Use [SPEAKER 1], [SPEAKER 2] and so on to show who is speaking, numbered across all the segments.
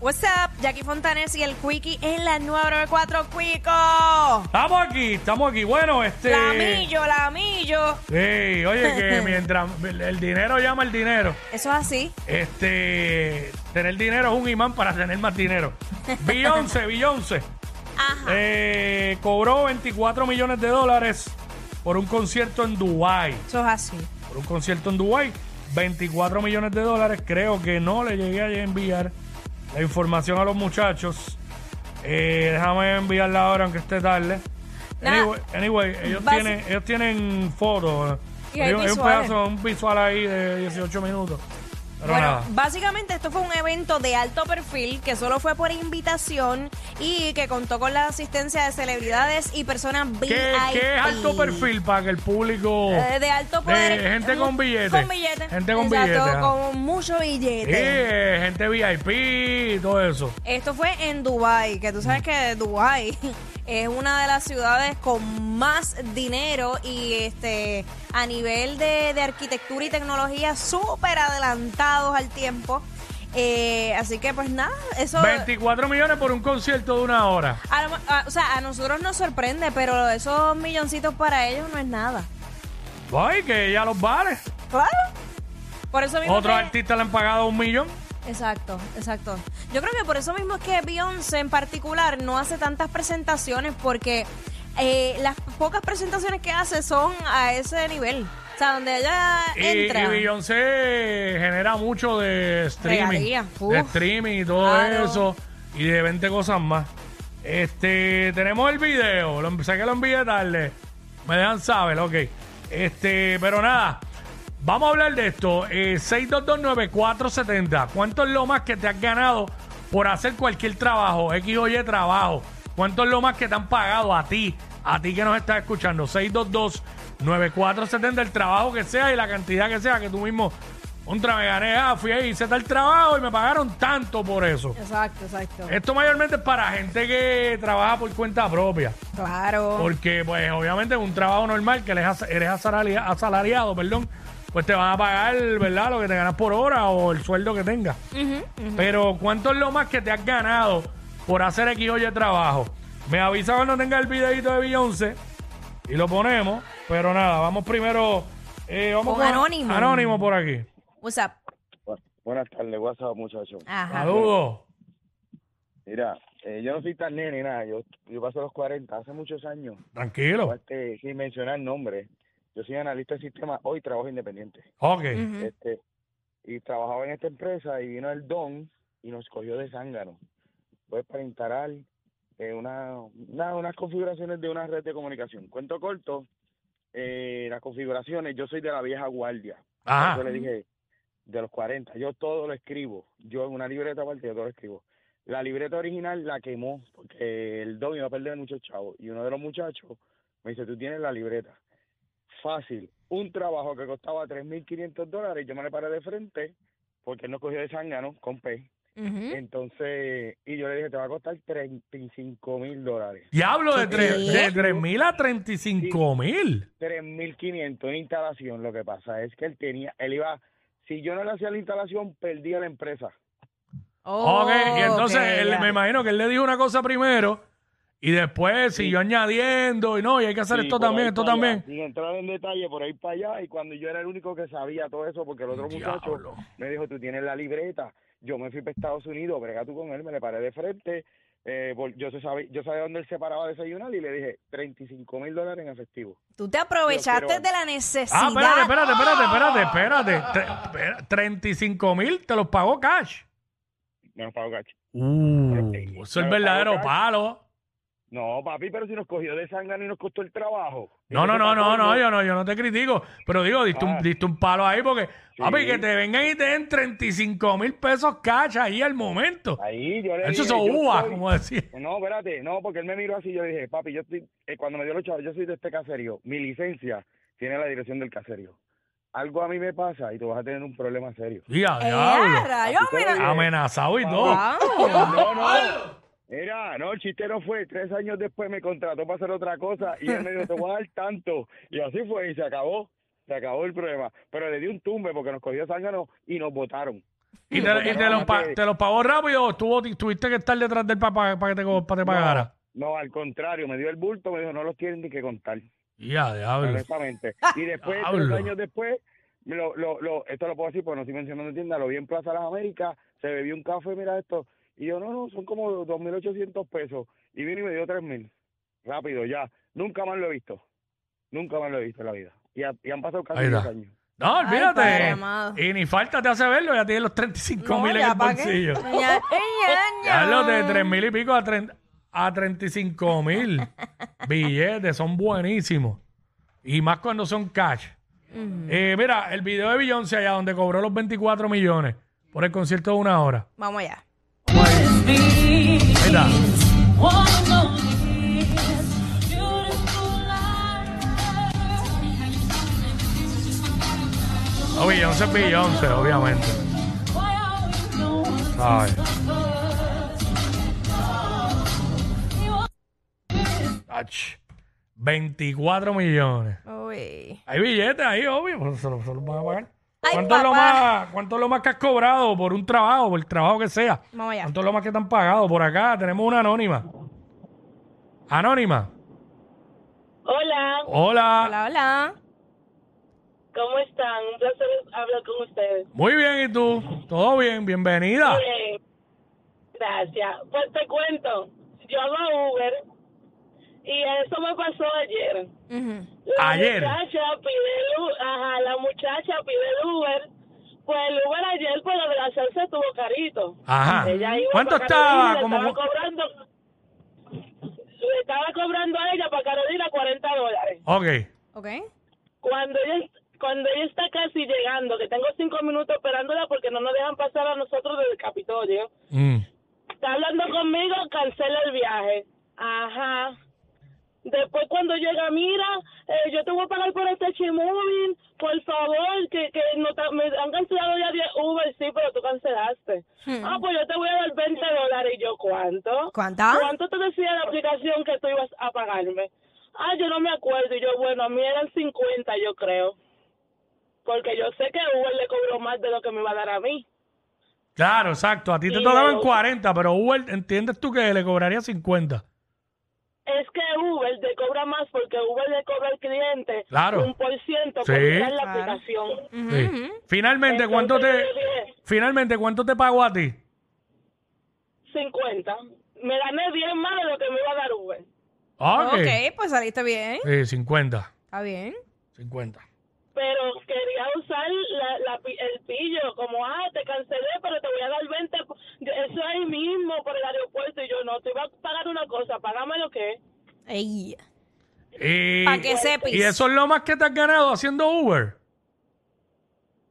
[SPEAKER 1] What's up, Jackie Fontanes y el Quickie en la 994 Quico.
[SPEAKER 2] Estamos aquí, estamos aquí. Bueno, este.
[SPEAKER 1] Lamillo, lamillo.
[SPEAKER 2] Sí, oye, que mientras el dinero llama el dinero,
[SPEAKER 1] Eso es así.
[SPEAKER 2] este. Tener dinero es un imán para tener más dinero. Beyoncé, Beyoncé.
[SPEAKER 1] Ajá.
[SPEAKER 2] eh, cobró 24 millones de dólares por un concierto en Dubái.
[SPEAKER 1] Eso es así.
[SPEAKER 2] Por un concierto en Dubái, 24 millones de dólares. Creo que no le llegué a enviar la información a los muchachos. Eh, déjame enviarla ahora, aunque esté tarde.
[SPEAKER 1] Nada.
[SPEAKER 2] Anyway, anyway, ellos,
[SPEAKER 1] Basi-
[SPEAKER 2] tienen, ellos tienen fotos.
[SPEAKER 1] Y hay
[SPEAKER 2] un
[SPEAKER 1] visuales.
[SPEAKER 2] pedazo, un visual ahí de 18 minutos. Pero
[SPEAKER 1] bueno,
[SPEAKER 2] nada.
[SPEAKER 1] básicamente esto fue un evento de alto perfil que solo fue por invitación y que contó con la asistencia de celebridades y personas VIP.
[SPEAKER 2] ¿Qué, qué es alto perfil para que el público...
[SPEAKER 1] Eh, de alto poder. Mm,
[SPEAKER 2] De gente con billetes.
[SPEAKER 1] Con billetes.
[SPEAKER 2] Gente con
[SPEAKER 1] Exacto,
[SPEAKER 2] billetes, ajá.
[SPEAKER 1] con mucho
[SPEAKER 2] Sí,
[SPEAKER 1] billete.
[SPEAKER 2] eh, gente VIP y todo eso.
[SPEAKER 1] Esto fue en Dubai, que tú sabes que Dubai es una de las ciudades con más dinero y este a nivel de, de arquitectura y tecnología súper adelantados al tiempo. Eh, así que pues nada, eso...
[SPEAKER 2] 24 millones por un concierto de una hora.
[SPEAKER 1] a lo- a- o sea, a nosotros nos sorprende, pero esos milloncitos para ellos no es nada.
[SPEAKER 2] Ay, que ya los vale.
[SPEAKER 1] Claro. Por eso mismo
[SPEAKER 2] Otros
[SPEAKER 1] que-
[SPEAKER 2] artistas le han pagado un millón.
[SPEAKER 1] Exacto, exacto. Yo creo que por eso mismo es que Beyoncé en particular no hace tantas presentaciones porque eh, las pocas presentaciones que hace son a ese nivel. O sea, donde ella
[SPEAKER 2] Y,
[SPEAKER 1] entra.
[SPEAKER 2] y Beyoncé genera mucho de streaming.
[SPEAKER 1] Regalías, uf.
[SPEAKER 2] De streaming y todo
[SPEAKER 1] Claro.
[SPEAKER 2] eso. Y de 20 cosas más. Este, tenemos el video. Lo, sé que lo envié tarde. Me dejan saber, ok. Este, pero nada. Vamos a hablar de esto. Eh, 6229470. ¿Cuánto es lo más que te has ganado por hacer cualquier trabajo? X o Y trabajo. ¿Cuánto es lo más que te han pagado a ti? A ti que nos estás escuchando. 622-9470. El trabajo que sea y la cantidad que sea que tú mismo. Un me gané, ah, fui ahí, hice tal trabajo y me pagaron tanto por eso.
[SPEAKER 1] Exacto, exacto.
[SPEAKER 2] Esto mayormente es para gente que trabaja por cuenta propia.
[SPEAKER 1] Claro.
[SPEAKER 2] Porque, pues, obviamente, un trabajo normal que eres, as- eres asalaria- asalariado, perdón, pues te van a pagar, ¿verdad?, lo que te ganas por hora o el sueldo que tengas. Pero, ¿cuánto es lo más que te has ganado por hacer X o Y trabajo? Me avisa cuando tenga el videito de Beyoncé y lo ponemos. Pero nada, vamos primero. eh, vamos
[SPEAKER 1] Con Anónimo.
[SPEAKER 2] Anónimo por aquí.
[SPEAKER 1] What's up?
[SPEAKER 3] Bu- Buenas tardes, WhatsApp, muchachos.
[SPEAKER 1] Ajá.
[SPEAKER 2] Saludos.
[SPEAKER 3] Mira, eh, yo no soy tan nene ni nada. Yo, yo paso los 40, hace muchos años.
[SPEAKER 2] Tranquilo.
[SPEAKER 3] Este, sin mencionar nombre, yo soy analista de sistema, hoy trabajo independiente.
[SPEAKER 2] Ok.
[SPEAKER 1] Ujú.
[SPEAKER 3] Este, y trabajaba en esta empresa y vino el don y nos cogió de zángano. Fue para instalar eh, una, una- unas configuraciones de una red de comunicación. Cuento corto, eh, las configuraciones, yo soy de la vieja guardia.
[SPEAKER 2] Ajá.
[SPEAKER 3] Yo le dije, de los 40, yo todo lo escribo. Yo en una libreta aparte, yo todo lo escribo. La libreta original la quemó porque el don iba a perder muchos chavos. Y uno de los muchachos me dice, tú tienes la libreta. Fácil. Un trabajo que costaba 3.500 dólares, yo me le paré de frente porque él nos cogió de zángano con P.
[SPEAKER 1] Ujú.
[SPEAKER 3] Entonces, y yo le dije, te va a costar 35.000 dólares.
[SPEAKER 2] Diablo, de
[SPEAKER 1] ¿Qué?
[SPEAKER 2] tres- de 3 mil a 35 mil.
[SPEAKER 3] 3.500 en instalación. Lo que pasa es que él tenía, él iba, si yo no le hacía la instalación, perdía la empresa.
[SPEAKER 1] Oh,
[SPEAKER 2] Ok, y entonces
[SPEAKER 1] ok,
[SPEAKER 2] él-
[SPEAKER 1] ya.
[SPEAKER 2] me imagino que él le dijo una cosa primero y después
[SPEAKER 3] Sí.
[SPEAKER 2] siguió añadiendo y no, y hay que hacer
[SPEAKER 3] Sí,
[SPEAKER 2] esto
[SPEAKER 3] por
[SPEAKER 2] también,
[SPEAKER 3] ahí
[SPEAKER 2] esto
[SPEAKER 3] para allá,
[SPEAKER 2] también.
[SPEAKER 3] Sin entrar en detalle, por ahí para allá. Y cuando yo era el único que sabía todo eso, porque el otro
[SPEAKER 2] Diablo.
[SPEAKER 3] muchacho me dijo, tú tienes la libreta. Yo me fui para Estados Unidos, brega tú con él, me le paré de frente. eh, por- yo, se sabe, yo sabía dónde él se paraba a desayunar y le dije, 35 mil dólares en efectivo.
[SPEAKER 1] Tú te aprovechaste
[SPEAKER 3] Yo quiero-
[SPEAKER 1] de la necesidad.
[SPEAKER 2] Ah, espérate, espérate, espérate, espérate, espérate. Tre- espera, 35 mil te los pagó cash.
[SPEAKER 3] Me lo pagó cacho.
[SPEAKER 2] Uh,
[SPEAKER 3] Ok.
[SPEAKER 2] eso es
[SPEAKER 3] Me lo
[SPEAKER 2] verdadero
[SPEAKER 3] pagó cash.
[SPEAKER 2] palo.
[SPEAKER 3] No, papi, pero si nos cogió de sangre y nos costó el trabajo.
[SPEAKER 2] No, no,
[SPEAKER 3] Eso
[SPEAKER 2] no, no,
[SPEAKER 3] pasó,
[SPEAKER 2] no, yo no, yo no te critico, pero digo, diste,
[SPEAKER 3] Ah.
[SPEAKER 2] un, diste un palo ahí porque,
[SPEAKER 3] Sí.
[SPEAKER 2] papi, que te vengan y te den 35 mil pesos cash ahí al momento.
[SPEAKER 3] Ahí yo le
[SPEAKER 2] Eso
[SPEAKER 3] dije,
[SPEAKER 2] es
[SPEAKER 3] yo
[SPEAKER 2] uva,
[SPEAKER 3] estoy-
[SPEAKER 2] como decía.
[SPEAKER 3] No, espérate, no, porque él me miró así, yo le dije, papi, yo estoy, eh, cuando me dio los chavos, yo soy de este caserío, mi licencia tiene la dirección del caserío. Algo a mí me pasa y tú vas a tener un problema serio.
[SPEAKER 2] Día,
[SPEAKER 1] ¡Eh,
[SPEAKER 2] diablo.
[SPEAKER 1] rayos,
[SPEAKER 3] Así
[SPEAKER 1] mira!
[SPEAKER 3] que-
[SPEAKER 2] Amenazado y todo.
[SPEAKER 1] Wow.
[SPEAKER 3] No, no. Era, no, el chiste no fue. Tres años después me contrató para hacer otra cosa y él me dijo, te voy a dar tanto. Y así fue y se acabó. Se acabó el problema. Pero le di un tumbe porque nos cogió zángano y nos votaron.
[SPEAKER 2] Y te, y te los, pa-
[SPEAKER 3] Sí.
[SPEAKER 2] te los pagó rápido o estuvo- tuviste que estar detrás del papá para que te, co- pa' te pagara.
[SPEAKER 3] No, al contrario, me dio el bulto, me dijo, no los quieren ni que contar,
[SPEAKER 2] Ya, diablo.
[SPEAKER 3] honestamente. Y después, tres
[SPEAKER 2] Diablo.
[SPEAKER 3] años después, me lo, lo, lo- esto lo puedo decir porque no estoy mencionando tienda, lo vi en Plaza Las Américas, se bebió un café, mira esto. Y yo, no, no, son como 2.800 pesos. Y vino y me dio 3.000. Rápido, ya. Nunca más lo he visto. Nunca más lo he visto en la vida. Y, ha- y han pasado casi
[SPEAKER 2] Ahí está.
[SPEAKER 3] 10 años.
[SPEAKER 2] No,
[SPEAKER 1] Ay, padre
[SPEAKER 2] olvídate.
[SPEAKER 1] amado.
[SPEAKER 2] y ni falta te hace verlo, ya tienes los 35 mil en el bolsillo.
[SPEAKER 1] Ya, ya,
[SPEAKER 2] Ya los de 3 mil y pico a, tren- a 35 mil billetes son buenísimos. Y más cuando son cash. Eh, mira, el video de Beyoncé allá donde cobró los 24 millones por el concierto de una hora.
[SPEAKER 1] Vamos allá.
[SPEAKER 2] Ahí está. No, Beyoncé es Beyoncé, obviamente. Ay. Ach, 24 millones.
[SPEAKER 1] Uy.
[SPEAKER 2] Hay billetes ahí, obvio, pues se los, se los van a pagar.
[SPEAKER 1] Ay,
[SPEAKER 2] ¿Cuánto es, lo
[SPEAKER 1] papá.
[SPEAKER 2] más, ¿Cuánto es lo más que has cobrado por un trabajo, por el trabajo que sea?
[SPEAKER 1] Vamos allá.
[SPEAKER 2] ¿Cuánto es lo más que te han pagado? Por acá tenemos una anónima. Anónima.
[SPEAKER 4] Hola,
[SPEAKER 2] Hola.
[SPEAKER 1] Hola, hola.
[SPEAKER 4] ¿cómo están? Un placer hablar con ustedes.
[SPEAKER 2] Muy bien, ¿y tú? Todo bien, bienvenida.
[SPEAKER 4] Eh, gracias. Pues te cuento, yo hago Uber y eso me pasó ayer.
[SPEAKER 1] Ujú.
[SPEAKER 4] La
[SPEAKER 2] Ayer.
[SPEAKER 4] Muchacha pide el, U- ajá, la muchacha pide el Uber. Pues el Uber ayer, por desgraciarse, estuvo carito.
[SPEAKER 2] Ajá.
[SPEAKER 4] Ella iba
[SPEAKER 2] Ah. ¿Cuánto
[SPEAKER 4] para
[SPEAKER 2] estaba?
[SPEAKER 4] Carolina, le
[SPEAKER 2] Como
[SPEAKER 4] estaba
[SPEAKER 2] cu-
[SPEAKER 4] cobrando, le estaba cobrando a ella para Carolina 40 dólares.
[SPEAKER 2] Ok.
[SPEAKER 1] ¿Ok?
[SPEAKER 4] cuando ella cuando ella está casi llegando, que tengo cinco minutos esperándola porque no nos dejan pasar a nosotros desde el Capitolio,
[SPEAKER 2] Mm.
[SPEAKER 4] está hablando conmigo, cancela el viaje. Ajá. Después cuando llega, mira, eh, yo te voy a pagar por este chimóvil, por favor, que, que no ta- me han cancelado ya 10 Uber, sí, pero tú cancelaste.
[SPEAKER 1] Hmm.
[SPEAKER 4] Ah, pues yo te voy a dar 20 dólares. Y yo, ¿cuánto?
[SPEAKER 1] ¿Cuánta?
[SPEAKER 4] ¿Cuánto te decía la aplicación que tú ibas a pagarme? Ah, yo no me acuerdo. Y yo, bueno, a mí eran 50, yo creo. Porque yo sé que Uber le cobró más de lo que me iba a dar a mí.
[SPEAKER 2] Claro, exacto. A ti te
[SPEAKER 4] Y
[SPEAKER 2] tocaban
[SPEAKER 4] luego-
[SPEAKER 2] 40, pero Uber, ¿entiendes tú que le cobraría 50?
[SPEAKER 4] Es que Uber te cobra más porque Uber le cobra al cliente
[SPEAKER 2] Claro.
[SPEAKER 4] un por ciento
[SPEAKER 2] Sí.
[SPEAKER 4] por usar la
[SPEAKER 1] Claro.
[SPEAKER 4] aplicación.
[SPEAKER 1] Ujú,
[SPEAKER 2] Sí.
[SPEAKER 1] ujú.
[SPEAKER 2] Finalmente,
[SPEAKER 4] Entonces,
[SPEAKER 2] ¿cuánto te
[SPEAKER 4] yo le dije,
[SPEAKER 2] finalmente cuánto te pagó a ti?
[SPEAKER 4] 50. Me gané 10 más de lo que me iba a dar Uber.
[SPEAKER 2] Ok.
[SPEAKER 1] Ok, pues saliste bien.
[SPEAKER 2] Sí, 50.
[SPEAKER 1] Está bien.
[SPEAKER 2] 50.
[SPEAKER 4] Pero quería usar la, la pi- el pillo, como, ah, te cancelé, pero te voy a dar 20. po- yo- Eso ahí mismo por el aeropuerto. Y yo, no, te iba a pagar una cosa, págame lo que es.
[SPEAKER 1] Ey.
[SPEAKER 2] Y,
[SPEAKER 1] Pa' que sepas.
[SPEAKER 2] y eso es lo más que te has ganado haciendo Uber.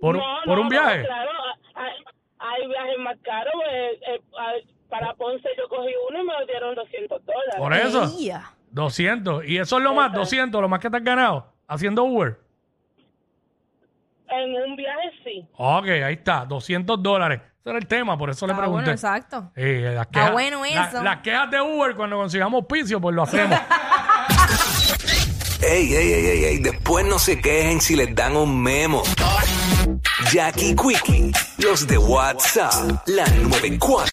[SPEAKER 2] Por,
[SPEAKER 4] No,
[SPEAKER 2] por
[SPEAKER 4] no,
[SPEAKER 2] un
[SPEAKER 4] no,
[SPEAKER 2] viaje.
[SPEAKER 4] claro, hay, hay viajes más caros. eh, eh, hay- para Ponce yo cogí uno y me lo dieron 200 dólares.
[SPEAKER 2] Por eso.
[SPEAKER 1] Ey.
[SPEAKER 2] 200. Y eso es lo más, 200, lo más que te has ganado haciendo Uber.
[SPEAKER 4] En un viaje sí.
[SPEAKER 2] Ok, ahí está, 200 dólares. Ese era el tema, por eso le
[SPEAKER 1] Está bueno,
[SPEAKER 2] pregunté.
[SPEAKER 1] exacto.
[SPEAKER 2] Eh, las
[SPEAKER 1] Ah, bueno
[SPEAKER 2] la-
[SPEAKER 1] eso.
[SPEAKER 2] las quejas de Uber cuando consigamos piso, pues lo hacemos.
[SPEAKER 5] Ey, ey, ey, ey, ey, después no se quejen si les dan un memo. Jackie Quickie, los de WhatsApp, la 94.